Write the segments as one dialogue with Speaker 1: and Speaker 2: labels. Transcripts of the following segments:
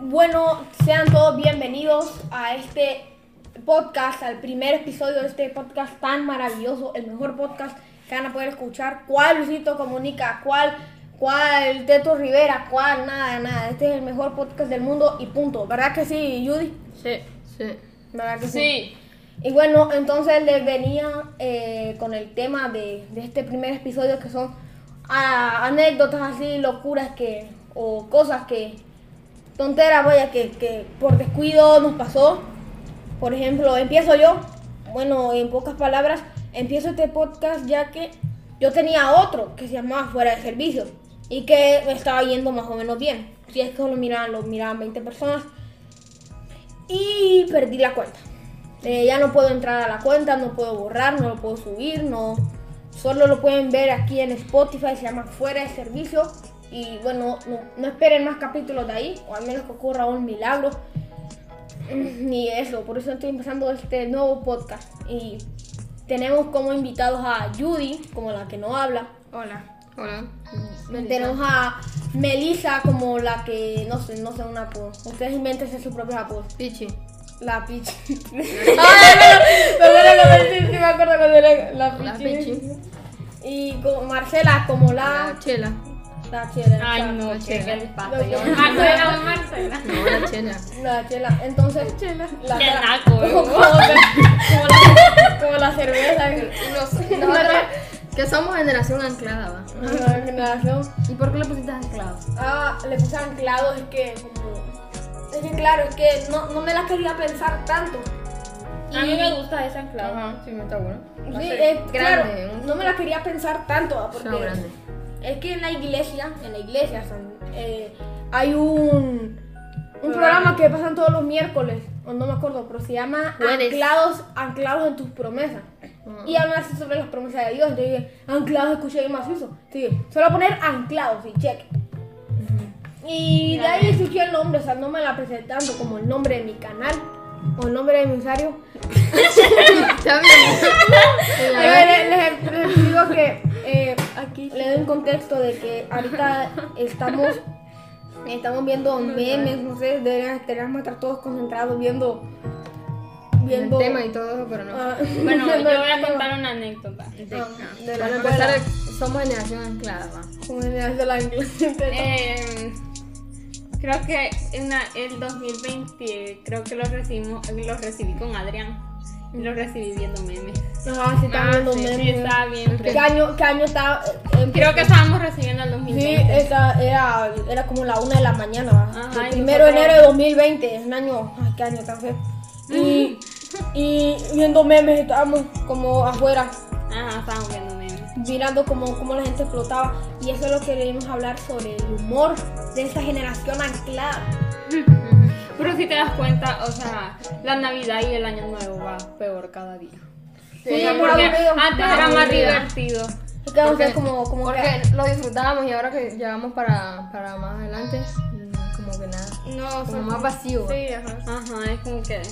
Speaker 1: Bueno, sean todos bienvenidos a este podcast, al primer episodio de este podcast tan maravilloso, el mejor podcast que van a poder escuchar. ¿Cuál Luisito Comunica? ¿Cuál? ¿Cuál Teto Rivera? ¿Cuál? Nada, nada. Este es el mejor podcast del mundo y punto. ¿Verdad que sí, Judy?
Speaker 2: Sí, sí.
Speaker 1: ¿Verdad que
Speaker 2: Sí,
Speaker 1: Y bueno, entonces les venía eh, con el tema de, de este primer episodio que son ah, anécdotas así, locuras que, o cosas que, tonteras, vaya, que, que por descuido nos pasó. Por ejemplo, empiezo yo, bueno, en pocas palabras, empiezo este podcast ya que yo tenía otro que se llamaba Fuera de Servicio y que me estaba yendo más o menos bien. Si es que lo miraban, lo miraban 20 personas y perdí la cuenta. Eh, ya no puedo entrar a la cuenta, no puedo borrar, no lo puedo subir, no. Solo lo pueden ver aquí en Spotify, se llama Fuera de Servicio. Y bueno, no, no esperen más capítulos de ahí, o al menos que ocurra un milagro. Ni eso, por eso estoy empezando este nuevo podcast. Y tenemos como invitados a Judy, como la que no habla.
Speaker 2: hola. Hola.
Speaker 1: Tenemos a Melissa, como la que no sé, no sé un apodo. Ustedes invéntense sus propios apodos.
Speaker 2: Pichi.
Speaker 1: La pichi. Ay, me acuerdo, me acuerdo, sí, sí, me acuerdo cuando era la
Speaker 2: La
Speaker 1: pichi.
Speaker 2: Pichi.
Speaker 1: Y con Marcela como
Speaker 2: La
Speaker 1: la...
Speaker 2: chela.
Speaker 1: La Ah. chela.
Speaker 3: Ay, no,
Speaker 2: La
Speaker 3: checa
Speaker 2: chela.
Speaker 3: el pato.
Speaker 1: Lo-
Speaker 3: Yo me acuerdo de Marcela.
Speaker 2: No, la chela.
Speaker 1: La chela. Entonces... La
Speaker 3: Qué
Speaker 1: cara-
Speaker 3: naco,
Speaker 1: como,
Speaker 3: eh.
Speaker 1: como la, como la cerveza.
Speaker 2: Nosotros, que somos generación anclada, va.
Speaker 1: La generación.
Speaker 2: ¿Y por qué le pusiste anclado?
Speaker 1: Ah, le puse anclado, es que como... Es que claro, es que no, no me la quería pensar tanto.
Speaker 3: A mí me gusta esa anclada.
Speaker 2: Ajá, sí, me está bueno. Va a
Speaker 1: Sí,
Speaker 2: ser
Speaker 1: es
Speaker 2: grande.
Speaker 1: claro,
Speaker 2: un-
Speaker 1: no me la quería pensar tanto, ah, porque
Speaker 2: No, grande.
Speaker 1: es que en la iglesia, en la iglesia San- eh, hay un, un
Speaker 2: Programa.
Speaker 1: programa que pasan todos los miércoles, o no me acuerdo, pero se llama
Speaker 2: Jueves. Ah.
Speaker 1: Anclados, Anclados en tus promesas. Y hablan así sobre las promesas de Dios. Yo dije, anclados, escuché bien macizo. Sí, solo poner anclados y check. Y de ahí surgió el nombre, o sea, no me la presentando como el nombre de mi canal o el nombre de mi usuario.
Speaker 2: Está bien.
Speaker 1: A ver, les, les digo que eh, aquí le doy un contexto de que ahorita estamos estamos viendo memes, no sé, deberían deberíamos estar todos concentrados viendo
Speaker 2: El
Speaker 1: viendo
Speaker 2: tema y todo eso, pero no.
Speaker 1: ah,
Speaker 3: Bueno, yo
Speaker 1: viendo
Speaker 3: voy a
Speaker 1: el tema.
Speaker 3: contar una anécdota.
Speaker 2: De,
Speaker 1: Ah, de la
Speaker 2: para
Speaker 1: escuela.
Speaker 2: empezar, somos generación anclada, va.
Speaker 1: Como le hace la inglés.
Speaker 3: Eh, creo que en la- el 2020, creo que lo, recibimos, lo recibí con Adrián. Y lo recibí viendo memes.
Speaker 1: Ah, sí, están
Speaker 3: Ah,
Speaker 1: viendo
Speaker 3: sí, sí,
Speaker 1: memes.
Speaker 3: estaba bien.
Speaker 1: ¿Qué año, qué año estaba? eh,
Speaker 3: Creo que estábamos recibiendo el
Speaker 1: Sí,
Speaker 3: 2020.
Speaker 1: esa era, era como la una de la mañana, ¿verdad?
Speaker 3: Ajá,
Speaker 1: el
Speaker 3: y
Speaker 1: primero de
Speaker 3: nosotros-
Speaker 1: enero de 2020, es un año, ay, qué año tan feo. Y, y viendo memes, estábamos como afuera,
Speaker 3: Ajá, estábamos viendo memes.
Speaker 1: mirando cómo, cómo la gente explotaba. Y eso es lo que queremos hablar sobre el humor de esta generación anclada.
Speaker 3: Pero si te das cuenta, o sea, la Navidad y el Año Nuevo va peor cada día.
Speaker 1: Sí,
Speaker 3: O sea,
Speaker 1: más
Speaker 3: porque
Speaker 1: aburrido.
Speaker 3: antes
Speaker 2: Más
Speaker 3: era más
Speaker 2: aburrido.
Speaker 3: divertido.
Speaker 1: Es que ah, vamos a ver como, como
Speaker 2: porque lo disfrutábamos y ahora que llegamos para, para más adelante, mm, como que nada.
Speaker 3: No,
Speaker 2: Como más vacío.
Speaker 4: Sí, ajá.
Speaker 3: Ajá, es como que.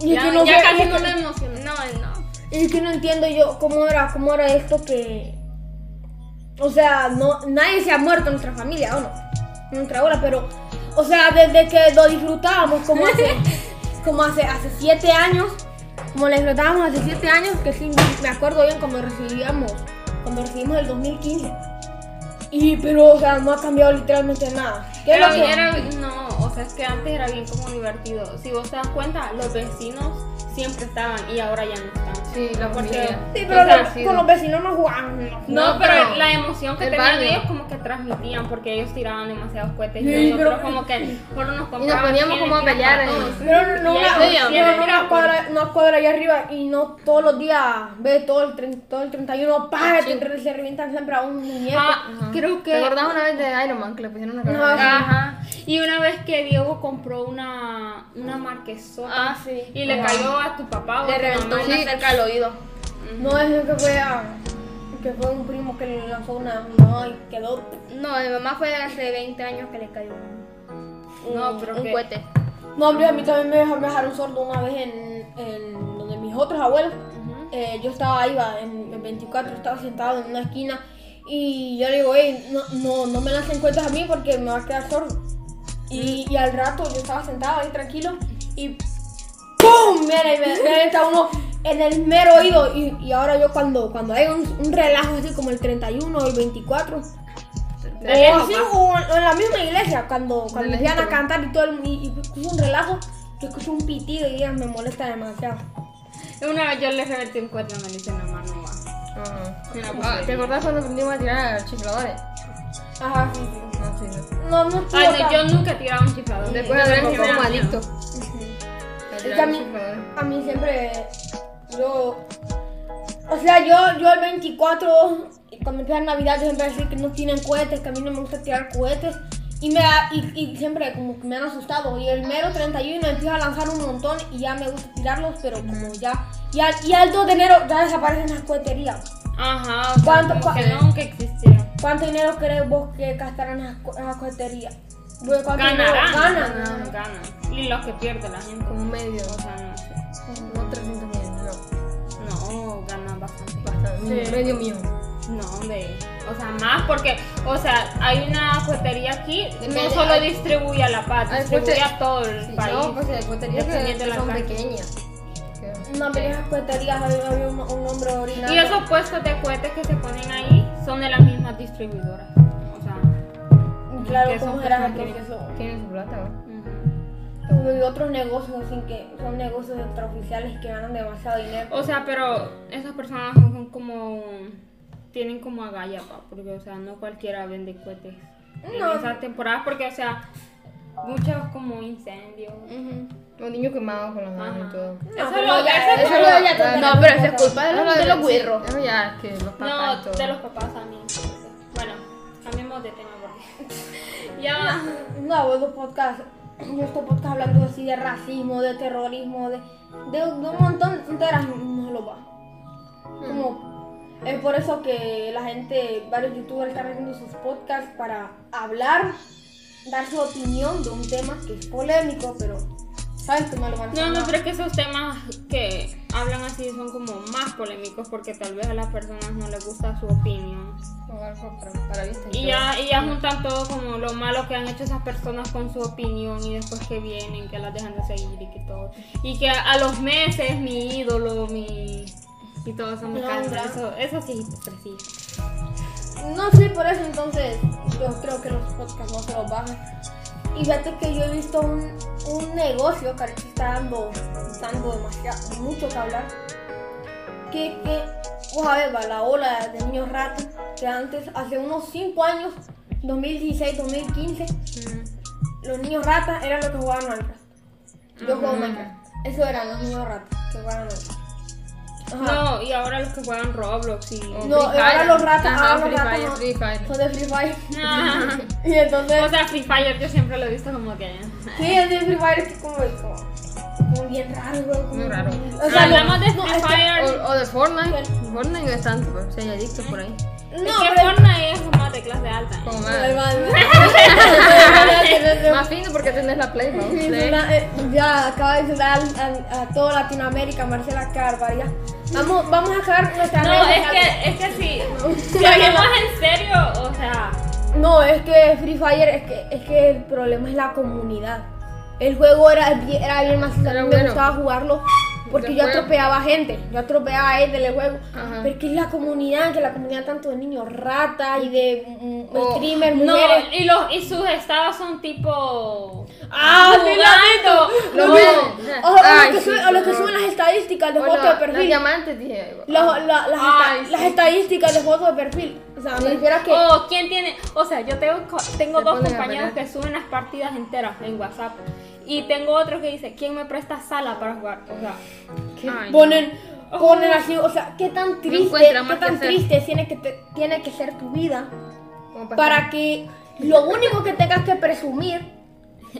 Speaker 1: Y es
Speaker 3: Ya,
Speaker 1: que no
Speaker 3: ya
Speaker 1: sé-
Speaker 3: casi
Speaker 1: es
Speaker 3: no
Speaker 1: que-
Speaker 3: me emociona.
Speaker 4: No, no.
Speaker 1: Es que no entiendo yo cómo era, cómo era esto que. O sea, no, nadie se ha muerto en nuestra familia, ¿o no? En nuestra hora, pero. O sea, desde que lo disfrutábamos, como hace. como hace, hace siete años. Como lo disfrutábamos hace siete años, que sí, me acuerdo bien cuando recibíamos. Cuando recibimos el 2015. Y, pero, o sea, no ha cambiado literalmente nada. ¿Qué es
Speaker 3: Pero
Speaker 1: lo que-
Speaker 3: era- no, o sea, es que antes era bien como divertido. Si vos te das cuenta, los vecinos siempre estaban y ahora ya no están.
Speaker 2: Sí, la
Speaker 3: Porque-
Speaker 2: familia.
Speaker 1: Sí, pero
Speaker 3: o sea,
Speaker 1: los-
Speaker 2: sí.
Speaker 1: con los vecinos no jugaban. no
Speaker 3: No,
Speaker 1: jugaban.
Speaker 3: pero
Speaker 2: pero
Speaker 3: la emoción que
Speaker 2: el
Speaker 3: tenían
Speaker 2: barrio.
Speaker 3: ellos como que transmitían porque ellos tiraban demasiados cohetes y
Speaker 1: Sí,
Speaker 3: nosotros
Speaker 1: pero-
Speaker 3: como que solo nos
Speaker 2: Y nos poníamos como a pelear. en-
Speaker 1: Pero no,
Speaker 3: Y
Speaker 1: una,
Speaker 3: ahí
Speaker 1: no,
Speaker 3: sí,
Speaker 1: no,
Speaker 3: sí,
Speaker 1: una
Speaker 3: mira,
Speaker 1: cuadra, una cuadra allá arriba y no todos los días ve todo el, tren- todo el 31, ¡pah!
Speaker 2: Sí.
Speaker 1: te- se revientan siempre a un muñeco.
Speaker 3: Ah, creo
Speaker 2: ¿Te
Speaker 3: que
Speaker 2: acordás una vez de Iron Man que le pusieron una
Speaker 1: No,
Speaker 2: cara?
Speaker 3: Ajá. Y una vez que Diego compró una, una marquesota
Speaker 4: Ah, sí.
Speaker 3: y le cayó a tu papá o a
Speaker 4: Le
Speaker 3: tu
Speaker 4: reventó
Speaker 3: mamá.
Speaker 4: una cerca al oído.
Speaker 1: No es el que fue a- que fue un primo que le lanzó una no y quedó.
Speaker 4: No, mi mamá fue hace 20 años que le cayó un,
Speaker 3: No, pero
Speaker 4: un
Speaker 3: que-
Speaker 4: cohete.
Speaker 1: No, hombre, a mí también me dejaron, me dejaron sordo una vez en, en donde mis otros abuelos. Eh, yo estaba ahí, va, en el 24, estaba sentado en una esquina y yo le digo, hey, no, no, no me lancen cuentas a mí porque me va a quedar sordo. Y Y, y al rato yo estaba sentado ahí tranquilo y ¡pum! Mira, y me, me avienta uno en el mero oído. Y, y ahora yo cuando, cuando hay un, un relajo así como el 31 o el 24, o así, o en o en la misma iglesia, cuando, cuando empiezan a cantar y todo el y, y escucho un relajo, yo escucho un pitido y ya me molesta demasiado.
Speaker 4: Oh.
Speaker 3: Una vez yo le revertí un cuatro me dice no más, no más. Mira, pues,
Speaker 2: Ah, ¿Te acordás cuando aprendimos a tirar chifladores?
Speaker 1: Ajá, sí, sí.
Speaker 2: No, sí, no.
Speaker 1: No, no estuvo
Speaker 3: Ay, no,
Speaker 1: tan-
Speaker 3: yo nunca he tirado un chiflador.
Speaker 2: Después
Speaker 3: Yo
Speaker 2: Andrés
Speaker 3: creo
Speaker 2: se
Speaker 3: que
Speaker 2: fue
Speaker 3: me
Speaker 2: como
Speaker 3: da miedo.
Speaker 2: adicto. A
Speaker 1: Es que
Speaker 2: tirar
Speaker 1: a, mí,
Speaker 2: chifladores.
Speaker 1: a mí siempre. Yo. O sea, yo, yo el 24, y cuando empieza Navidad, yo siempre decir que no tienen cohetes, que a mí no me gusta tirar cohetes. Y, me, ha- y, y siempre como que me han asustado. Y el mero 31 empiezo a lanzar un montón y ya me gusta tirarlos, pero como ya. Y al, y al 2 de enero ya desaparecen las coheterías.
Speaker 3: Ajá, o sea,
Speaker 1: ¿Cuánto-
Speaker 3: como que
Speaker 4: eh?
Speaker 1: cua-
Speaker 3: nunca existieron.
Speaker 1: ¿Cuánto dinero crees vos que gastarán las, co- las coheterías? Bueno, ¿cuánto dinero
Speaker 3: Ganarán.
Speaker 1: ganan?
Speaker 3: Ganan. Y los que pierden la gente.
Speaker 2: Como medio,
Speaker 3: O sea, no sé.
Speaker 2: no 300 millones, no.
Speaker 3: No, ganan bastante.
Speaker 2: Bastante, medio millón.
Speaker 3: No, hombre. O sea, más porque, o sea, hay una cohetería aquí, no
Speaker 2: Depende,
Speaker 3: solo
Speaker 2: hay-
Speaker 3: distribuye a La Paz,
Speaker 2: hay
Speaker 3: distribuye
Speaker 2: cuete-
Speaker 3: a todo el
Speaker 2: Sí,
Speaker 3: país.
Speaker 2: No, pues hay coterías que,
Speaker 3: Dependiendo
Speaker 2: que
Speaker 3: de la
Speaker 2: son
Speaker 3: calle.
Speaker 2: pequeñas. Que-
Speaker 1: No, pero esas coheterías había, había un, un hombre orinando.
Speaker 3: Y esos puestos de cohetes que se ponen ahí son de las mismas distribuidoras. O sea,
Speaker 1: Claro,
Speaker 3: que son
Speaker 1: como era
Speaker 3: personas
Speaker 1: antes, eso.
Speaker 2: Tienen su plata, ¿no?
Speaker 3: ujú.
Speaker 1: Y otros negocios, así que son negocios extraoficiales que ganan demasiado dinero.
Speaker 3: o sea, pero esas personas son como, tienen como agalla, pa, porque, o sea, no cualquiera vende cohetes
Speaker 1: No.
Speaker 3: en esas temporadas, porque, o sea, muchos como incendios.
Speaker 2: Los niños quemados con las manos
Speaker 3: Ajá.
Speaker 2: y todo.
Speaker 3: Eso
Speaker 1: pero
Speaker 3: lo-
Speaker 1: ya-
Speaker 3: eso
Speaker 1: eso
Speaker 3: lo-
Speaker 1: lo- ya tendrá
Speaker 4: No, pero
Speaker 1: que
Speaker 4: eso es
Speaker 1: pasar.
Speaker 4: culpa de los,
Speaker 2: Eso
Speaker 4: de los
Speaker 2: sí,
Speaker 4: güirros.
Speaker 2: Eso ya, que los papás
Speaker 3: No,
Speaker 2: y todo.
Speaker 3: de los papás también. entonces. Bueno, cambiemos de tema porque. ya.
Speaker 1: No, hago podcast. Yo estos podcast hablando así de racismo, de terrorismo, de, de, de un montón de tonteras, no lo va. Como, es por eso que la gente, varios youtubers están haciendo sus podcasts para hablar, dar su opinión de un tema que es polémico, pero saben que no lo van a
Speaker 3: No,
Speaker 1: hablar.
Speaker 3: no, pero es que esos temas que hablan así son como más polémicos porque tal vez a las personas no les gusta su opinión.
Speaker 2: Jugar con- para- para vista
Speaker 3: Y
Speaker 2: todo.
Speaker 3: ya, y ya juntan todo como lo malo que han hecho esas personas con su opinión y después que vienen, que las dejan de seguir y que todo. Y que a, a los meses mi ídolo, mi. Y todo eso me
Speaker 1: No,
Speaker 3: cansa.
Speaker 1: hombre.
Speaker 3: Eso, eso sí es hipocresía.
Speaker 1: No sé, por eso entonces yo creo que los podcasts no se los bajan. Y fíjate que yo he visto un, un negocio que ahorita está dando, dando demasiado, mucho que hablar. Que, que, vos a ver, va la ola de niños ratos, que antes, hace unos 5 años, 2016, 2015, los niños ratas eran los que jugaban Minecraft. Yo jugaba Minecraft. Eso eran los niños ratas que jugaban Minecraft. Ajá.
Speaker 3: No, y ahora los que juegan Roblox y.
Speaker 2: O
Speaker 1: No,
Speaker 2: Free
Speaker 1: ahora
Speaker 2: Fire.
Speaker 1: los ratas,
Speaker 2: Ajá,
Speaker 1: ahora los
Speaker 2: Free
Speaker 1: ratas
Speaker 2: Fire,
Speaker 1: no.
Speaker 2: Free Fire.
Speaker 1: Son de Free Fire.
Speaker 3: Ah.
Speaker 1: Y entonces.
Speaker 3: O sea, Free Fire yo siempre lo he visto como que.
Speaker 1: Sí, es de Free Fire es como, como, como bien raro, güey, como-
Speaker 2: Muy raro.
Speaker 1: O sea,
Speaker 3: Hablamos
Speaker 1: no-
Speaker 3: de
Speaker 1: no,
Speaker 3: Free
Speaker 1: es que-
Speaker 3: Fire.
Speaker 2: O, o de Fortnite. Fortnite no es tanto, pues, pero si hay adictos por ahí.
Speaker 1: No,
Speaker 3: es que
Speaker 1: pero-
Speaker 3: Fortnite es más de clase alta.
Speaker 2: Como
Speaker 1: no, el
Speaker 2: más,
Speaker 1: man-
Speaker 2: más fino porque tenés la Play, ¿no?
Speaker 1: Sí, una- eh, Ya acaba de insultar al- al- a, toda Latinoamérica, Marcela Carvalho. Vamos, vamos a sacar nuestra
Speaker 3: No, es que, es que si, si hablamos en serio, o sea,
Speaker 1: No, es que Free Fire es que, es que el problema es la comunidad. El juego era, bien- era bien macizo, a mí
Speaker 2: Era
Speaker 1: me
Speaker 2: bueno.
Speaker 1: gustaba jugarlo porque yo
Speaker 2: Después-
Speaker 1: atropellaba gente, yo atropellaba a él del juego.
Speaker 2: Ajá.
Speaker 1: Pero es que es la comunidad, que la comunidad tanto de niños rata y de mm,
Speaker 2: O-
Speaker 1: streamers,
Speaker 3: no,
Speaker 1: mujeres.
Speaker 3: y, los, y sus estados son tipo.
Speaker 1: ¡Ah, sí,
Speaker 3: jugando.
Speaker 2: Lo
Speaker 1: No.
Speaker 2: ven.
Speaker 1: O, o
Speaker 2: Ay,
Speaker 1: los que
Speaker 2: sí,
Speaker 1: suben, o los que
Speaker 2: no. Oh,
Speaker 1: suben las estadísticas de
Speaker 2: O
Speaker 1: fotos
Speaker 2: la-
Speaker 1: de
Speaker 2: Los
Speaker 1: perfil.
Speaker 2: diamantes, dije.
Speaker 1: Las- la- las
Speaker 3: Ay,
Speaker 1: esta-
Speaker 3: sí.
Speaker 1: las estadísticas de fotos de perfil. O sea, me refiero a
Speaker 2: Oh,
Speaker 1: que.
Speaker 3: O quién tiene, o sea, yo tengo, co- tengo
Speaker 2: Se
Speaker 3: dos
Speaker 2: ponen a
Speaker 3: compañeros
Speaker 2: pelear.
Speaker 3: que suben las partidas enteras en WhatsApp y tengo otro que dice, ¿quién me presta sala para jugar? O sea,
Speaker 2: Ay, no.
Speaker 1: ponen ponen así, o sea, qué tan triste,
Speaker 2: encuentra
Speaker 1: qué
Speaker 2: más que
Speaker 1: tan
Speaker 2: hacer.
Speaker 1: triste tiene que te- tiene que ser tu vida
Speaker 2: Como
Speaker 1: para que lo único que tengas que presumir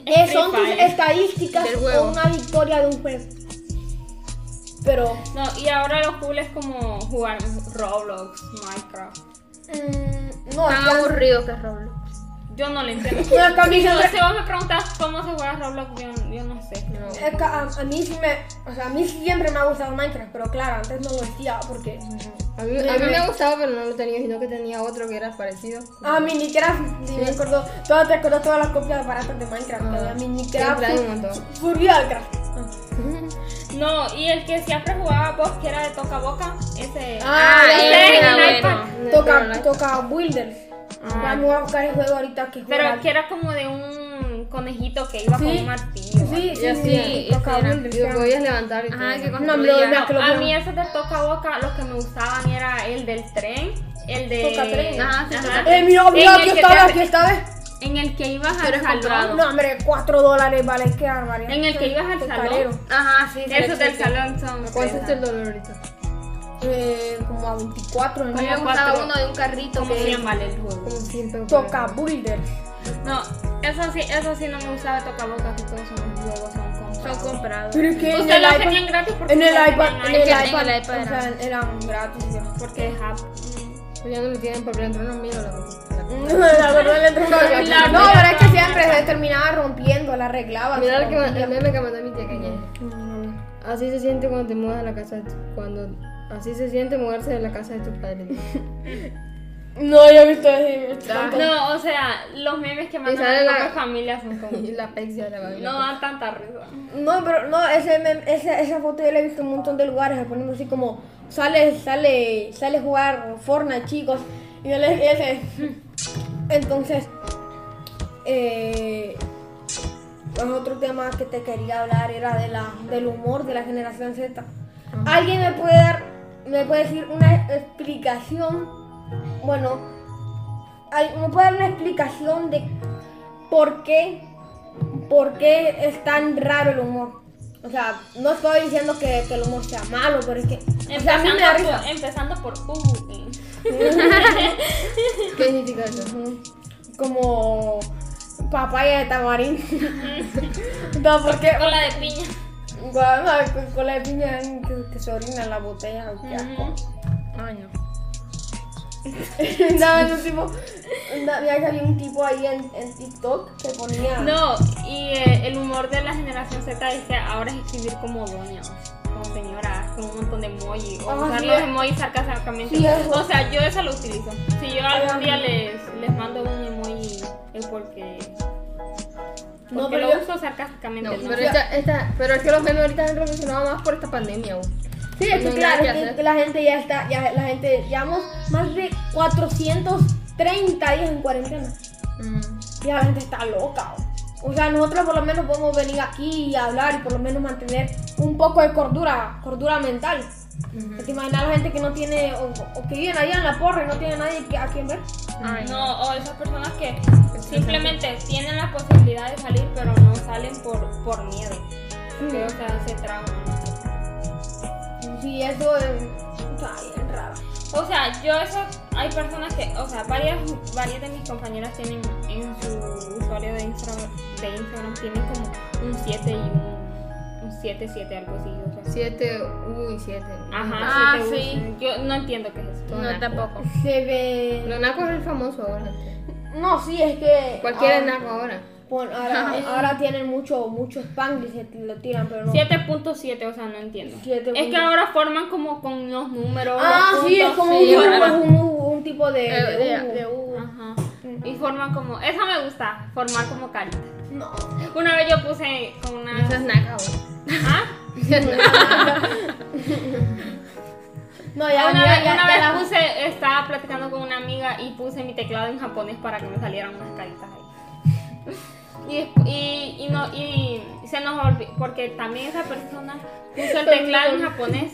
Speaker 1: es- son tus
Speaker 3: Free Fire.
Speaker 1: estadísticas
Speaker 2: Del juego.
Speaker 1: o una victoria de un juego. Pero
Speaker 3: no, y ahora lo cool es como jugar Roblox, Minecraft.
Speaker 1: mm, no,
Speaker 2: Tan
Speaker 1: ya-
Speaker 2: aburrido que es Roblox.
Speaker 3: Yo no le entiendo.
Speaker 1: Bueno,
Speaker 3: Si,
Speaker 1: también
Speaker 3: no-
Speaker 1: siempre-
Speaker 3: si vos me preguntas cómo se juega Roblox, yo, yo no sé.
Speaker 1: Es que a, a mí sí me, o sea, a mí siempre me ha gustado Minecraft, pero claro, antes no lo decía porque
Speaker 2: A mí, a mí me gustaba, pero no lo tenía, sino que tenía otro que era parecido.
Speaker 1: a Ah, Minicraft ni me acuerdo, todo te acuerdas todas las copias baratas de Minecraft, que había Minicraft,
Speaker 2: siempre hay un montón.
Speaker 1: Furialcraft.
Speaker 3: No, y el que siempre jugaba vos, que era de toca boca, ese.
Speaker 1: Ah,
Speaker 3: ese
Speaker 1: ese
Speaker 3: en
Speaker 1: era
Speaker 3: el
Speaker 4: bueno.
Speaker 3: iPad.
Speaker 2: No, pero
Speaker 1: Toca
Speaker 2: no-
Speaker 1: toca Builders. Vamos a buscar el juego ahorita que juega.
Speaker 3: Pero que era como de un conejito que iba con
Speaker 1: Sí.
Speaker 3: un martillo.
Speaker 1: Sí,
Speaker 2: Y así, y
Speaker 1: toca
Speaker 2: era-
Speaker 1: Builders.
Speaker 2: lo podías levantar y
Speaker 4: Ajá,
Speaker 2: todo.
Speaker 4: que con
Speaker 1: No, hombre,
Speaker 4: rodillas.
Speaker 1: no, que lo
Speaker 3: A
Speaker 1: vieron.
Speaker 3: mí esos de toca boca, los que me gustaban era el del tren, el de.
Speaker 1: Toca tren.
Speaker 3: Ah,
Speaker 4: Ajá, Ah, sí, toca
Speaker 1: Eh, mira, mira,
Speaker 3: En el
Speaker 1: aquí
Speaker 3: que
Speaker 1: está,
Speaker 3: te-
Speaker 1: aquí está.
Speaker 3: En el que ibas
Speaker 4: Pero
Speaker 3: al
Speaker 4: es comprado.
Speaker 3: salón.
Speaker 1: No, hombre, 4 dólares vale, qué barbaridad.
Speaker 3: En el que ibas al
Speaker 1: Qué
Speaker 3: salón.
Speaker 1: carero.
Speaker 4: Ajá, sí. sí,
Speaker 3: Esos
Speaker 4: sí,
Speaker 3: del
Speaker 4: sí.
Speaker 3: salón son.
Speaker 2: ¿Cuánto es
Speaker 1: este?
Speaker 3: pesados.
Speaker 2: el dolor ahorita?
Speaker 1: Eh, como a 24
Speaker 4: A mí
Speaker 1: en
Speaker 4: me
Speaker 3: Como
Speaker 4: gustaba
Speaker 3: cuatro.
Speaker 4: uno de un carrito
Speaker 3: Como
Speaker 4: que...
Speaker 3: bien vale el juego.
Speaker 2: Como 100 pesos.
Speaker 1: Toca Builders.
Speaker 3: No, eso sí, eso sí no me gustaba toca boca, que todos son juegos, son
Speaker 4: Son
Speaker 3: comprados.
Speaker 4: comprados.
Speaker 1: Pero es que en
Speaker 3: Ustedes
Speaker 1: el
Speaker 3: lo
Speaker 1: iPad.
Speaker 3: tenían gratis porque
Speaker 1: En el
Speaker 3: ustedes
Speaker 1: iPad, en
Speaker 3: tenían
Speaker 1: el
Speaker 4: iPad.
Speaker 1: iPad,
Speaker 4: En el iPad
Speaker 1: o sea, eran gratis. ya.
Speaker 3: Porque es app.
Speaker 2: Pues ya no lo tienen porque le entró una miedo a la
Speaker 1: No, la verdad le entró una
Speaker 3: La-
Speaker 1: galleta. No, pero es que siempre se terminaba rompiendo, la arreglaba.
Speaker 2: Mira el,
Speaker 1: se
Speaker 2: que,
Speaker 1: rompía.
Speaker 2: el meme que mandó mi tía Cañé. Así se siente cuando te mudas a la casa de tu, cuando Así se siente mudarse de la casa de tus padres.
Speaker 1: No, yo he visto así. tanto.
Speaker 3: No, o sea, los memes que mandan
Speaker 2: sale
Speaker 3: a
Speaker 2: la-
Speaker 3: la familia son como.
Speaker 2: y la pexia la va a
Speaker 3: No dan tanta risa.
Speaker 1: No, pero no, ese mem- esa, esa foto yo la he visto en un montón de lugares, poniendo así como sale, sale, sale a jugar Fortnite, chicos. Y él es- él es- Entonces, eh, pues otro tema que te quería hablar era de la, del humor de la generación Z. ¿Alguien me puede dar, me puede decir una explicación? Bueno, al- ¿me puede dar una explicación de por qué ¿por qué es tan raro el humor? O sea, no estoy diciendo que, que el humor sea malo, pero es que. O sea, a mí me da
Speaker 3: Empezando
Speaker 1: risa.
Speaker 3: por, empezando por Ubu.
Speaker 2: ¿Qué significa eso?
Speaker 1: Como. Papaya de tamarín. no, porque.
Speaker 3: Con la de piña.
Speaker 1: Bueno, con- con la de piña que, que se orina en la botella. qué asco.
Speaker 4: Ay, no.
Speaker 1: no, no, tipo. no, mira que había un tipo ahí en, en TikTok que ponía.
Speaker 3: No, y eh, el humor de la generación Z es que ahora es escribir como doña, como señora, con un montón de emojis, o
Speaker 1: Ah,
Speaker 3: usar
Speaker 1: sí,
Speaker 3: los
Speaker 1: eh.
Speaker 3: emojis sarcásticamente.
Speaker 1: Sí, eso.
Speaker 3: o sea, yo eso lo utilizo. Si yo algún
Speaker 1: Ay,
Speaker 3: día les, les mando un emoji es porque, porque
Speaker 1: No, pero
Speaker 3: lo
Speaker 1: yo-
Speaker 3: uso sarcásticamente.
Speaker 2: No,
Speaker 3: No,
Speaker 2: pero, esta, esta, pero es que los memes ahorita han revolucionado más por esta pandemia. güey.
Speaker 1: Sí, es que
Speaker 2: No hay
Speaker 1: claro,
Speaker 2: nada que
Speaker 1: es que-
Speaker 2: hacer.
Speaker 1: que la gente ya está, ya la gente, llevamos más de 430 días en cuarentena. Y la gente está loca. O o sea, nosotros por lo menos podemos venir aquí y hablar y por lo menos mantener un poco de cordura, cordura mental. ¿Te imaginas la gente que no tiene, o, o que viven allá en la porra y no tiene nadie que- a quien ver?
Speaker 4: Ay, no.
Speaker 3: No, o esas personas que simplemente tienen la posibilidad de salir, pero no salen por, por miedo. Que, o sea, se trauman.
Speaker 1: Sí, eso es, está bien raro.
Speaker 3: O sea, yo eso, hay personas que, o sea, varias, varias de mis compañeras tienen en su usuario de Instagram, de Instagram tienen como un 7 y un, un 7, 7, algo así. O sea.
Speaker 2: Siete, uy, siete.
Speaker 3: Ajá,
Speaker 4: Ah,
Speaker 3: 7,
Speaker 4: sí.
Speaker 3: Yo no entiendo qué es esto.
Speaker 4: No, tampoco.
Speaker 1: Se ve...
Speaker 2: Lo naco es el famoso ahora.
Speaker 1: No, sí, es que...
Speaker 2: Cualquiera es
Speaker 1: ahora-
Speaker 2: naco ahora.
Speaker 1: bueno, ahora, ahora tienen mucho, mucho spam y se lo tiran, pero no.
Speaker 3: 7.7, o sea, no entiendo.
Speaker 1: Siete
Speaker 3: es que
Speaker 1: punto-
Speaker 3: ahora forman como con los números.
Speaker 1: Ah,
Speaker 3: los
Speaker 1: sí, es
Speaker 3: puntos,
Speaker 1: como
Speaker 3: sí,
Speaker 1: un,
Speaker 3: ahora-
Speaker 1: un- un- un tipo de,
Speaker 4: Eh,
Speaker 1: de
Speaker 4: de-
Speaker 1: U.
Speaker 4: de U.
Speaker 3: Ajá. Y forman como, esa me gusta, formar como carita.
Speaker 1: No.
Speaker 3: Una vez yo puse con una...
Speaker 2: Eso es naca, güey.
Speaker 3: ¿Ah?
Speaker 1: No, ya,
Speaker 3: una
Speaker 1: ya-
Speaker 3: vez,
Speaker 1: ya- ya
Speaker 3: una vez
Speaker 1: la-
Speaker 3: puse, estaba platicando con una amiga y puse mi teclado en japonés para que me salieran unas caritas ahí. Y, desp- y, y no, y se nos olvidó, porque también esa persona puso el teclado en japonés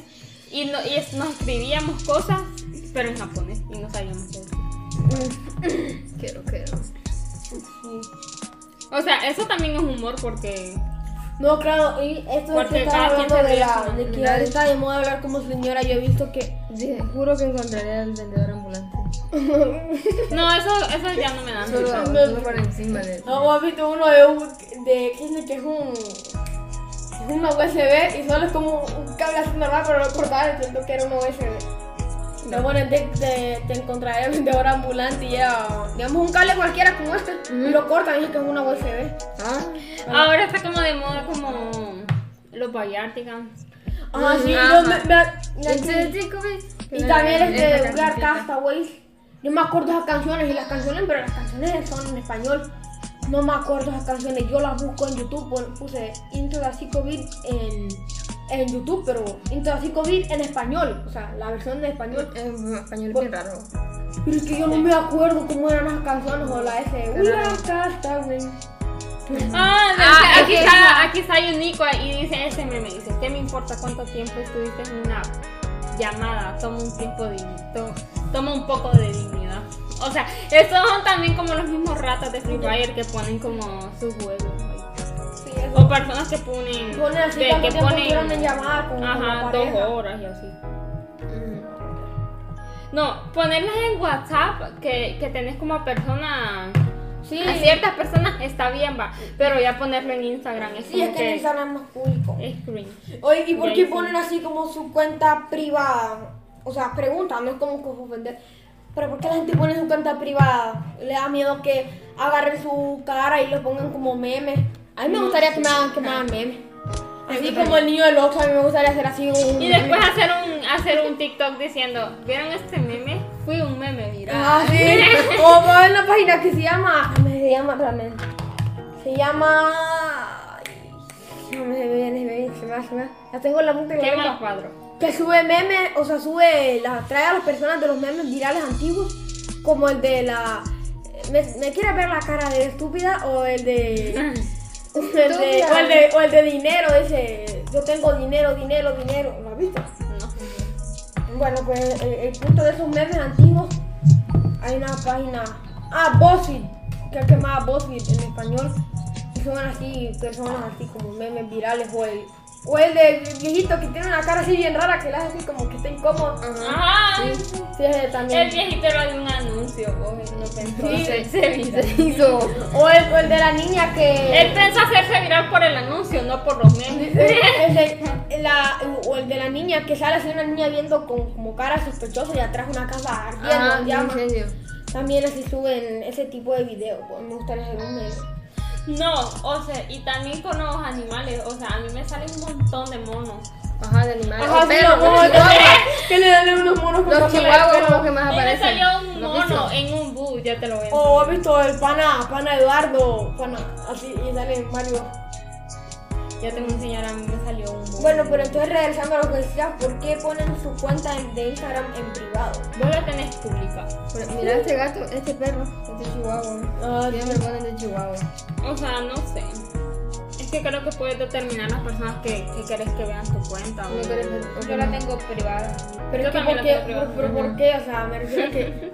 Speaker 3: y, no, y es- nos escribíamos cosas, pero en japonés y no sabíamos qué decir.
Speaker 2: Quiero, quiero.
Speaker 3: O sea, eso también es humor porque...
Speaker 1: No, claro, y esto es
Speaker 3: Porque
Speaker 1: que estaba
Speaker 3: cada quien
Speaker 1: hablando de,
Speaker 3: tendría
Speaker 1: la,
Speaker 3: su
Speaker 1: de que
Speaker 2: manera.
Speaker 1: ahorita está de moda hablar como señora. Yo he visto que.
Speaker 2: Dije, juro que encontraré al vendedor ambulante.
Speaker 3: No, eso, eso ya no me da
Speaker 2: Solo,
Speaker 3: risa.
Speaker 2: solo por encima de él.
Speaker 1: No, has visto uno de un. de que es- que es un. es una USB y solo es como un cable así normal, pero lo cortaron, entiendo que era una USB. Me pone, te, te, te encontraré el vendedor ambulante y ya. Digamos un cable cualquiera como este y lo cortan y es que es una USB.
Speaker 2: Ah,
Speaker 3: Ahora está como de moda como los Bayarticans.
Speaker 1: Ah, sí,
Speaker 4: Ajá.
Speaker 1: yo me. me- me-
Speaker 2: Entonces, sí, ¿cómo es?
Speaker 1: y también
Speaker 4: Es
Speaker 1: este,
Speaker 4: la
Speaker 1: Black
Speaker 4: cancioncita.
Speaker 1: Castaway. Yo me acuerdo esas canciones y las canciones, pero las canciones son en español. No me acuerdo esas canciones. Yo las busco en YouTube. pon- Puse Into the Psycho Beat en, en YouTube, pero Into the Psycho Beat en español. O sea, la versión en español.
Speaker 2: En español es bien raro.
Speaker 1: Pero es que yo no me acuerdo cómo eran las canciones o la S. We are Castaway.
Speaker 3: Ah,
Speaker 4: Ah,
Speaker 3: aquí,
Speaker 4: es
Speaker 3: está, aquí está Uniqua y dice ese meme, dice, ¿qué me importa cuánto tiempo estuviste en una llamada? Toma un tiempo de to- toma un poco de dignidad. O sea, estos son también como los mismos ratas de Free Fire que ponen como sus juegos. ahí.
Speaker 1: Sí, eso.
Speaker 3: O personas que ponen,
Speaker 1: Pone así
Speaker 3: que,
Speaker 1: tanto
Speaker 3: que
Speaker 1: tiempo estuvieron en
Speaker 3: ponen
Speaker 1: llamada con, con la
Speaker 3: ajá, dos
Speaker 1: pareja.
Speaker 3: horas y así. No, ponerlas en WhatsApp que, que tenés como a personas,
Speaker 1: Sí,
Speaker 3: a ciertas personas está bien, va. Pero ya ponerlo en Instagram es
Speaker 1: sí,
Speaker 3: como
Speaker 1: es que en Instagram es más público.
Speaker 3: es cringe.
Speaker 1: Oye, ¿y
Speaker 3: Ya
Speaker 1: por qué
Speaker 3: hice.
Speaker 1: ponen así como su cuenta privada? O sea, pregunta, no es como como ofender. Pero ¿por qué la gente pone su cuenta privada? ¿Le da miedo que agarren su cara y lo pongan como meme? A mí me gustaría que me hagan que me hagan meme. Así como el niño del Oxxo, a mí me gustaría hacer así un
Speaker 3: Y después hacer un, hacer un TikTok diciendo, ¿vieron este meme? Fui un meme, mira.
Speaker 1: Ah, sí. o en la página que se llama. ¿Cómo se llama realmente? Se llama. ay, No me viene, me viene, se me va, se me va. La tengo en la punta de la
Speaker 3: Quema el
Speaker 1: lengua.
Speaker 3: cuadro.
Speaker 1: Que sube memes, o sea, sube, la, trae a las personas de los memes virales antiguos, como el de la. eh, ¿Me, me quiere ver la cara de estúpida? O el de. o el de, o el de, o el de dinero, ese. Yo tengo dinero, dinero, dinero. ¿Lo has visto? Bueno, pues el, el punto de esos memes antiguos, hay una página, ah, BuzzFeed, que es quemada BuzzFeed en español, y son así, personas así como memes virales, o el, o el del viejito que tiene una cara así bien rara, que la hace así como que está incómodo,
Speaker 3: Ajá.
Speaker 1: sí, ese
Speaker 3: El
Speaker 1: también.
Speaker 3: viejito era de un anuncio, o no pensó
Speaker 1: Sí.
Speaker 3: hacerse viral.
Speaker 2: Se hizo.
Speaker 1: O el, o el de la niña que...
Speaker 3: Él pensó hacerse viral por el anuncio, no por los memes.
Speaker 1: el de- la- o el de la niña que sale así una niña viendo con como cara sospechosa y atrás una casa ardiendo
Speaker 2: Ah,
Speaker 1: en
Speaker 2: en
Speaker 1: llamas.
Speaker 2: serio.
Speaker 1: También así suben ese tipo de videos, pues me gustaría hacer un meme.
Speaker 3: No, o sea, y también con los animales. O sea, a mí me salen un montón de monos.
Speaker 2: Ajá, de animales.
Speaker 1: Ajá, sí,
Speaker 2: Pero
Speaker 1: los monos, Ah, que- que le dan unos monos con
Speaker 2: los
Speaker 1: cáscara de
Speaker 2: chihuahuas son
Speaker 1: perro.
Speaker 2: los que
Speaker 3: A
Speaker 2: más
Speaker 3: mí me
Speaker 2: aparecen.
Speaker 3: salió un
Speaker 2: ¿Lo has visto?
Speaker 3: mono en un bus, ya te lo voy a
Speaker 1: O Oh, he visto el pana, pana Eduardo, pana, así, y sale Mario.
Speaker 3: Ya te voy a enseñar, a mí me salió un mono.
Speaker 1: Bueno, pero entonces regresando a lo que decías, ¿por qué ponen su cuenta en- de Instagram en privado?
Speaker 3: Vos la tenés pública.
Speaker 2: Pero Mira este gato, este perro, este chihuahua.
Speaker 1: Ah,
Speaker 2: Siempre ponen de chihuahua.
Speaker 3: O sea, no sé. Es que creo que puedes determinar las personas que, que querés que vean tu cuenta. o-
Speaker 2: No querés ver- o
Speaker 4: Yo
Speaker 2: que
Speaker 4: la
Speaker 2: no.
Speaker 4: tengo privada.
Speaker 1: pero
Speaker 3: Yo
Speaker 1: es que
Speaker 3: también
Speaker 1: ¿por
Speaker 3: la
Speaker 1: qué?
Speaker 3: tengo
Speaker 1: Pero,
Speaker 3: privada.
Speaker 1: pero ¿por qué? O sea, me refiero a que...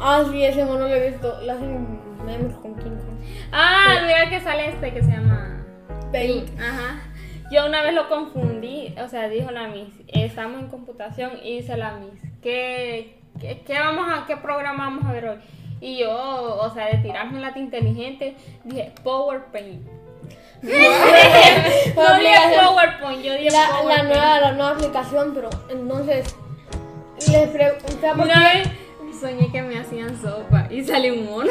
Speaker 1: Ah, sí, ese mono lo he visto, le hacen memes con King Kong.
Speaker 3: Ah, mira que sale este que se llama.
Speaker 1: Paint.
Speaker 3: Ajá. Yo una vez lo confundí, o sea, dijo la Miss, estamos en computación y dice la Miss, ¿qué, qué, qué vamos a, qué programa vamos a ver hoy? Y yo, o sea, de tirarme lata inteligente, dije PowerPoint. No dije PowerPoint, yo dije
Speaker 1: La, la
Speaker 3: PowerPoint.
Speaker 1: nueva, la nueva aplicación, pero entonces... Les pregunté por
Speaker 3: Una vez soñé que me hacían sopa y salió un mono.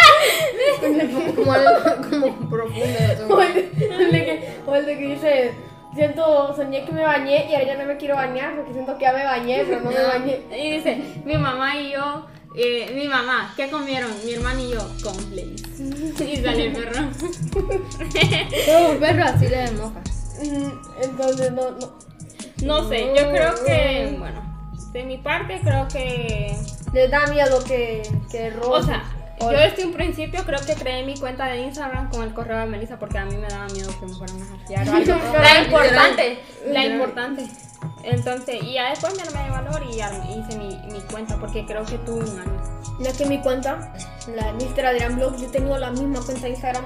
Speaker 2: Como, algo- como profundo.
Speaker 1: O
Speaker 2: eso.
Speaker 1: el, el de que, o el de que dice, siento, soñé que me bañé y ahora ya no me quiero bañar porque siento que ya me bañé, pero no me bañé.
Speaker 3: Y dice, mi mamá y yo, eh, mi mamá, ¿qué comieron? Mi hermano y yo, complex. Y sale el perro.
Speaker 2: Pero un perro así le de mojas.
Speaker 1: Mm, Entonces, no, no.
Speaker 3: No sé, yo creo que, bueno, de mi parte creo que,
Speaker 1: Les da miedo que, que
Speaker 3: o
Speaker 1: roben.
Speaker 3: sea, yo desde un principio creo que creé mi cuenta de Instagram con el correo de Melissa porque a mí me daba miedo que me fueran a hackear o algo. La importante, la importante. Entonces, y ya después me armé de valor y ya hice mi, mi cuenta porque creo que tuve un año.
Speaker 1: Mira que mi cuenta, la de Mr. Adrián Blog, yo he tenido la misma cuenta de Instagram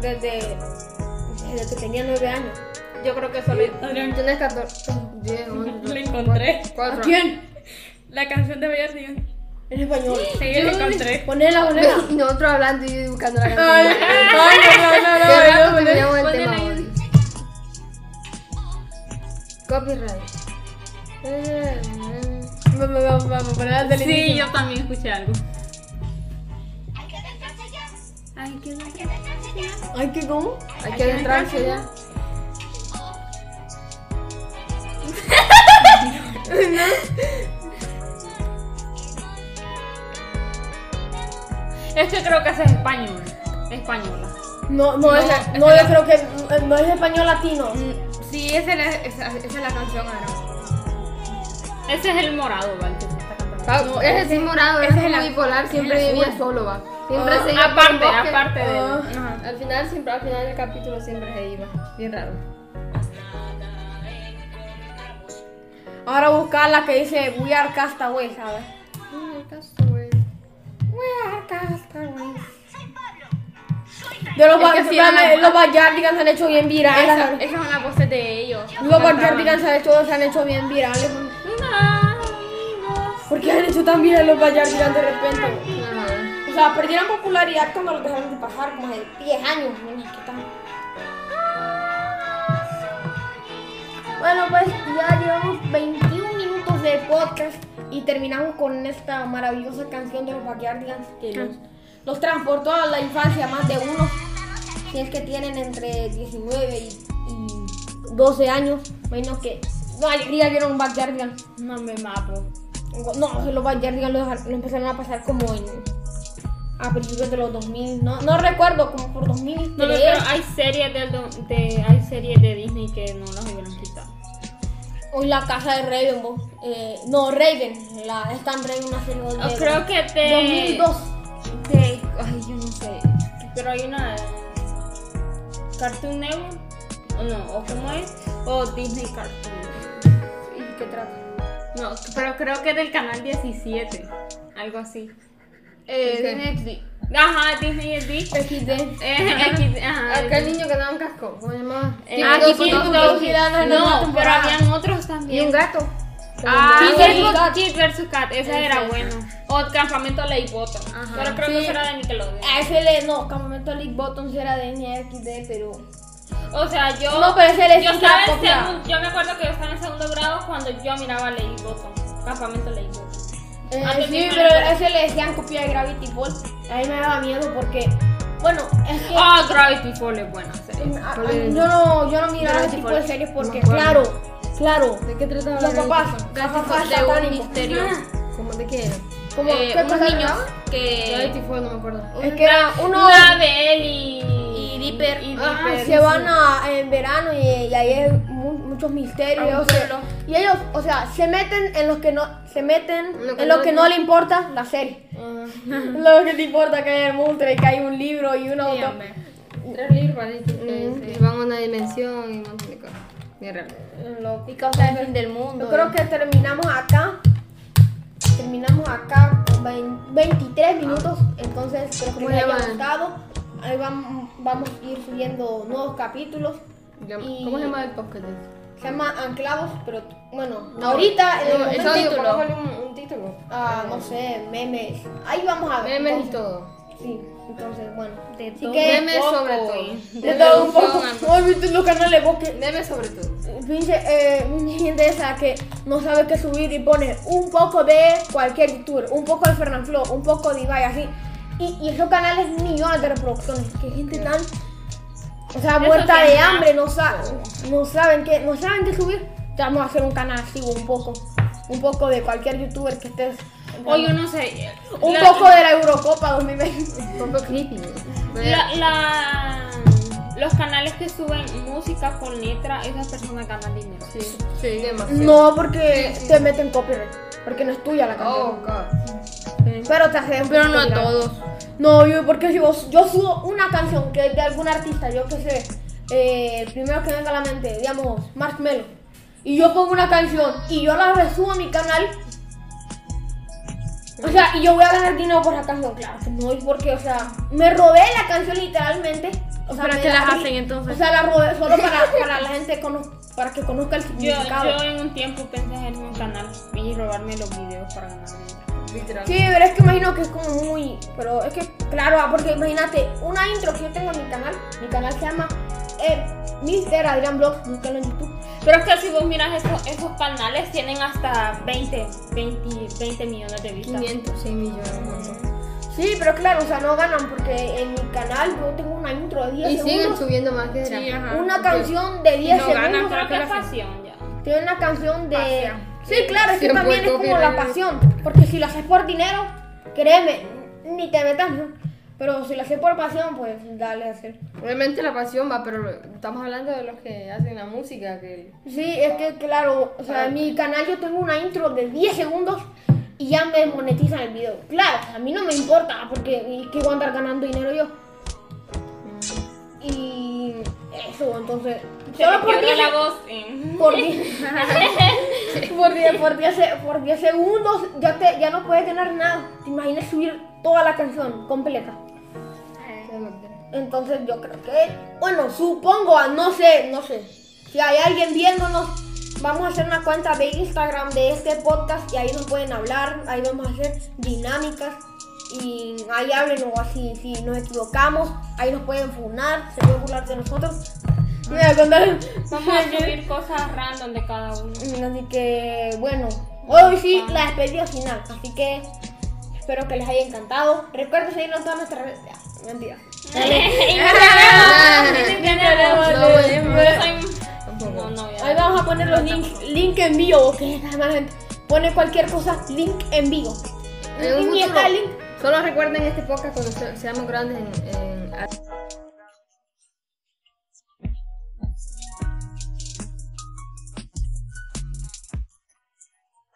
Speaker 1: desde, desde que tenía nueve años.
Speaker 3: Yo creo que solo...
Speaker 2: Tienes 14, 10, 11.
Speaker 4: Lo encontré.
Speaker 2: 4.
Speaker 1: quién?
Speaker 4: La canción de Bellas Días.
Speaker 1: En español.
Speaker 4: Sí, yo la encontré.
Speaker 1: Ponela, ponela.
Speaker 2: Y nosotros hablando y yo buscando la
Speaker 1: Ay,
Speaker 2: canción.
Speaker 1: ay, no, no, no,
Speaker 2: Qué raro
Speaker 1: no, no,
Speaker 2: que
Speaker 1: no.
Speaker 2: teníamos el
Speaker 3: Ponela
Speaker 2: tema
Speaker 3: ahí.
Speaker 2: hoy. Eh, Copyright. ponerla del
Speaker 3: Sí,
Speaker 2: inicio.
Speaker 3: yo también escuché algo. Ay, qué
Speaker 1: Ay, ¿qué cómo?
Speaker 2: Hay que adentrarse ya.
Speaker 3: Es que creo que esa es español. Española.
Speaker 1: No, no, es, no, yo creo que no es español latino.
Speaker 2: Sí, esa es la, esa, esa es la canción ahora.
Speaker 3: Ese es el morado, ¿vale? Que se está cantando.
Speaker 2: No, Ah, ese es el morado,
Speaker 1: ese
Speaker 2: ese
Speaker 1: es
Speaker 2: es
Speaker 1: el
Speaker 2: muy bipolar, siempre vivía solo, va. Siempre
Speaker 1: Ah,
Speaker 2: se iba por el
Speaker 3: Aparte,
Speaker 2: bosque.
Speaker 3: aparte de
Speaker 1: Ah.
Speaker 2: Ajá, Oh, Al final, siempre, al final del capítulo siempre se iba. Bien raro.
Speaker 1: Ahora buscar la que dice We are castaway, ¿sabes?
Speaker 2: Ay, castaway.
Speaker 1: De los,
Speaker 2: Es
Speaker 1: Bar-
Speaker 2: que sí,
Speaker 1: dame,
Speaker 2: la-
Speaker 1: los Bad Yardigans se han hecho bien
Speaker 2: Esa,
Speaker 1: virales.
Speaker 2: esas son las voces de ellos.
Speaker 1: Los Bad Yardigans se han hecho, se han hecho bien virales. ¿Por qué han hecho tan bien los Bad Yardigans de repente?
Speaker 2: Ajá.
Speaker 1: O sea, perdieron popularidad cuando los dejaron de pasar, como de 10 años. mira, ¿qué tal? Bueno, pues ya llevamos 21 minutos de podcast y terminamos con esta maravillosa canción de los Backyardigans que los, los transportó a la infancia más de uno. Si es que tienen entre 19 y, y 12 años, menos que. No, alegría vieron Backyardigan.
Speaker 3: No me mapo.
Speaker 1: No, los Backyardigans lo, dejaron- lo empezaron a pasar como en. a principios de los 2000. No, no recuerdo, como por 2003.
Speaker 3: No, no, pero ah. hay series del do- de, hay series de Disney que no las hubieran quitado.
Speaker 1: Hoy la casa de Raven, vos. Eh, no, Raven. La Stan Raven, una serie de.
Speaker 3: O Ah, creo que te.
Speaker 1: 2002.
Speaker 3: te- ay, yo no sé. Pero hay una. Cartoon Network. O no, o cómo es. O Disney Cartoon.
Speaker 2: ¿Y qué trata?
Speaker 3: No, pero creo que es del canal 17. Algo así.
Speaker 2: Eh,
Speaker 3: ¿El qué?
Speaker 2: Disney XD.
Speaker 3: Ajá, Disney XD.
Speaker 1: XD.
Speaker 3: Eh, X- ajá,
Speaker 2: Ah, Aquel niño que daba un casco. ¿Cómo se llamaba?
Speaker 3: Eh,
Speaker 2: Ah,
Speaker 3: Kiki
Speaker 2: Kiki
Speaker 3: Donkey.
Speaker 2: Donkey.
Speaker 3: No, pero habían otros
Speaker 2: Y un
Speaker 3: también.
Speaker 2: gato.
Speaker 3: Ah,
Speaker 1: Kid
Speaker 3: Kid
Speaker 1: versus
Speaker 3: vs.
Speaker 1: Kat.
Speaker 3: Kid vs. Kat, esa era buena. O Campamento Leiboton.
Speaker 2: Ajá.
Speaker 3: Pero creo que
Speaker 1: Sí. Eh,
Speaker 3: esa era de Nickelodeon.
Speaker 1: A ese le. No, Campamento League Bottoms era de NXD, pero.
Speaker 3: O sea, yo.
Speaker 1: No, pero ese le
Speaker 3: yo,
Speaker 1: explica
Speaker 3: estaba en
Speaker 1: copia.
Speaker 3: segun- yo me acuerdo que yo estaba en segundo grado cuando yo miraba Leiboton. Campamento Leiboton.
Speaker 1: Eh,
Speaker 3: Ah,
Speaker 1: sí,
Speaker 3: sí,
Speaker 1: pero
Speaker 3: pero-
Speaker 1: a ese le decían copia de Gravity Falls. A mí me daba miedo porque. Bueno, es que.
Speaker 3: Ah, Gravity Falls es buena serie.
Speaker 1: a- a-
Speaker 2: ¿cuál es?
Speaker 1: yo no, yo no miraba ese
Speaker 3: Gravity
Speaker 1: tipo de
Speaker 3: Falls.
Speaker 1: series porque,
Speaker 2: No me
Speaker 1: claro,
Speaker 2: acuerdo.
Speaker 1: claro.
Speaker 2: ¿De qué trataba?
Speaker 1: Los
Speaker 2: la
Speaker 1: papás,
Speaker 2: película?
Speaker 1: los papás
Speaker 2: de un
Speaker 1: satánicos.
Speaker 2: misterio.
Speaker 1: Ah.
Speaker 2: ¿Cómo de qué era?
Speaker 1: Como,
Speaker 5: Eh,
Speaker 1: ¿qué
Speaker 5: unos
Speaker 1: cosa
Speaker 5: niños
Speaker 1: era?
Speaker 5: que
Speaker 2: Gravity Falls, no me acuerdo.
Speaker 1: Es que era uno.
Speaker 3: Mabel y.
Speaker 5: Y Dipper.
Speaker 3: Y
Speaker 1: Ah,
Speaker 3: Dipper.
Speaker 1: se van a, en verano y, y ahí hay mu- muchos misterios.
Speaker 3: A un
Speaker 1: o sea,
Speaker 3: pueblo.
Speaker 1: y ellos, o sea, se meten en los que no, se meten
Speaker 2: Lo que
Speaker 1: en lo
Speaker 2: no-
Speaker 1: que no le importa la serie.
Speaker 2: Ah,
Speaker 1: lo que te importa que hay el monstruo y que hay un libro y un auto.
Speaker 3: hombre.
Speaker 2: Tres libros, parece. Y van eh, a una dimensión y un montón de cosas. Bien raro.
Speaker 1: Lo-
Speaker 5: y causa el fin del mundo.
Speaker 1: yo creo que terminamos acá. Terminamos acá con vein- 23 minutos. Entonces creo que
Speaker 2: ¿Cómo
Speaker 1: les haya
Speaker 2: llaman?
Speaker 1: gustado. Ahí vamos, vamos a ir subiendo nuevos capítulos.
Speaker 2: Llama-
Speaker 1: Y-
Speaker 2: ¿Cómo se llama el podcast? ese?
Speaker 1: Se llama Anclavos, pero bueno, ahorita en el
Speaker 2: No,
Speaker 1: momento-
Speaker 2: eso digo,
Speaker 5: título.
Speaker 2: pongámosle un, un título.
Speaker 1: Ah, no sé, memes. Ahí vamos a ver.
Speaker 2: Memes y
Speaker 1: entonces.
Speaker 2: todo.
Speaker 1: Sí, entonces, bueno.
Speaker 3: De
Speaker 1: Así
Speaker 3: todo.
Speaker 1: que,
Speaker 2: Memes
Speaker 3: poco,
Speaker 2: sobre
Speaker 3: eh.
Speaker 2: todo.
Speaker 1: de todo un poco.
Speaker 2: Memes
Speaker 1: No viste los canales vos que.
Speaker 2: Memes sobre todo.
Speaker 1: Pinche, eh, gente esa que no sabe qué subir y pone un poco de cualquier youtuber, un poco de Fernanfloo, un poco de Ibai, así. Y, y esos canales millones de reproducciones. Que gente tan. O sea,
Speaker 3: Eso
Speaker 1: muerta
Speaker 3: sí
Speaker 1: de
Speaker 3: es
Speaker 1: hambre, no, sa- no saben qué, no saben qué subir. Ya vamos a hacer un canal así, un poco. Un poco de cualquier youtuber que estés.
Speaker 3: O yo no sé.
Speaker 1: Un
Speaker 3: la-
Speaker 1: poco de la Eurocopa 2020.
Speaker 2: Un poco creepy. ¿no?
Speaker 3: La, la- los canales que suben música con letra, esas personas ganan dinero.
Speaker 2: Sí, sí, demasiado.
Speaker 1: No, porque te meten copyright. Porque no es tuya la
Speaker 2: Oh,
Speaker 1: canción.
Speaker 2: God.
Speaker 1: Pero te hacen.
Speaker 5: Pero no a todos.
Speaker 1: No, yo, porque si vos- yo subo una canción que es de algún artista, yo que sé, eh, el primero que venga a la mente, digamos, Marshmello. Y yo pongo una canción y yo la resubo a mi canal. O sea, y yo voy a ganar dinero por la canción, claro. que No, y porque, o sea, me robé la canción literalmente. O sea,
Speaker 5: ¿Para
Speaker 1: me
Speaker 5: qué
Speaker 1: la
Speaker 5: las
Speaker 1: abrí.
Speaker 5: hacen entonces?
Speaker 1: O sea, la robé solo para, para la gente cono- para que conozca el
Speaker 3: Yo,
Speaker 1: significado.
Speaker 3: yo en un tiempo pensé en un canal y robarme los videos para ganar dinero.
Speaker 2: Literal.
Speaker 1: Sí, pero es que imagino que es como muy. Pero es que, claro, ah, porque imagínate, una intro que yo tengo en mi canal, mi canal se llama eh, Mr. Adrián Blogs, búscalo en YouTube.
Speaker 3: Pero es que si vos miras esos, esos canales, tienen hasta 20, 20, 20 millones de vistas.
Speaker 2: 500, 6 millones.
Speaker 1: Sí, pero claro, o sea, no ganan porque en mi canal yo tengo una intro de 10
Speaker 2: Y siguen
Speaker 1: segundos,
Speaker 2: subiendo más que
Speaker 4: Sí,
Speaker 2: drama.
Speaker 4: ajá.
Speaker 1: una canción de 10
Speaker 4: No
Speaker 1: segundos,
Speaker 4: ganan,
Speaker 3: Creo
Speaker 4: pero
Speaker 3: que
Speaker 4: que
Speaker 3: es pasión ya.
Speaker 1: tiene una canción de...
Speaker 4: Pasión.
Speaker 1: Sí, claro, es que
Speaker 2: Siempre
Speaker 1: también es como la
Speaker 2: copyright.
Speaker 1: pasión, porque si lo haces por dinero, créeme, ni te metas, ¿no? Pero si lo haces por pasión, pues dale a hacer.
Speaker 2: Realmente la pasión va, pero lo- estamos hablando de los que hacen la música. que
Speaker 1: Sí, es que claro, o sea, en mi canal yo tengo una intro de 10 segundos y ya me monetizan el video. Claro, a mí no me importa porque ¿y ¿qué voy a andar ganando dinero yo? Y eso, entonces,
Speaker 3: Se
Speaker 1: solo
Speaker 3: me
Speaker 1: por
Speaker 3: quiebra
Speaker 1: 10
Speaker 3: la voz. eh.
Speaker 1: por 10 por 10 por 10 se- por 10 segundos ya te ya no puedes ganar nada. Te imaginas subir toda la canción completa. Entonces yo creo que, bueno, supongo, ah, no sé, no sé. Si hay alguien viéndonos, vamos a hacer una cuenta de Instagram de este podcast y ahí nos pueden hablar, ahí vamos a hacer dinámicas y ahí hablen o así, si nos equivocamos, ahí nos pueden funar, se pueden burlar de nosotros. Me voy a contar.
Speaker 3: Vamos a subir cosas random de cada uno.
Speaker 1: Así que, bueno, hoy sí la despedida final, así que espero que les haya encantado. Recuerden seguirnos en todas nuestras redes. ah, Mentira.
Speaker 2: No podemos.
Speaker 3: No, no, ya.
Speaker 1: Ahí vamos a poner los links, link en vivo, que es la gente pone cualquier cosa, link en vivo.
Speaker 2: En un
Speaker 1: Y está
Speaker 2: futuro,
Speaker 1: link.
Speaker 2: Solo recuerden este podcast cuando se- seamos grandes en- en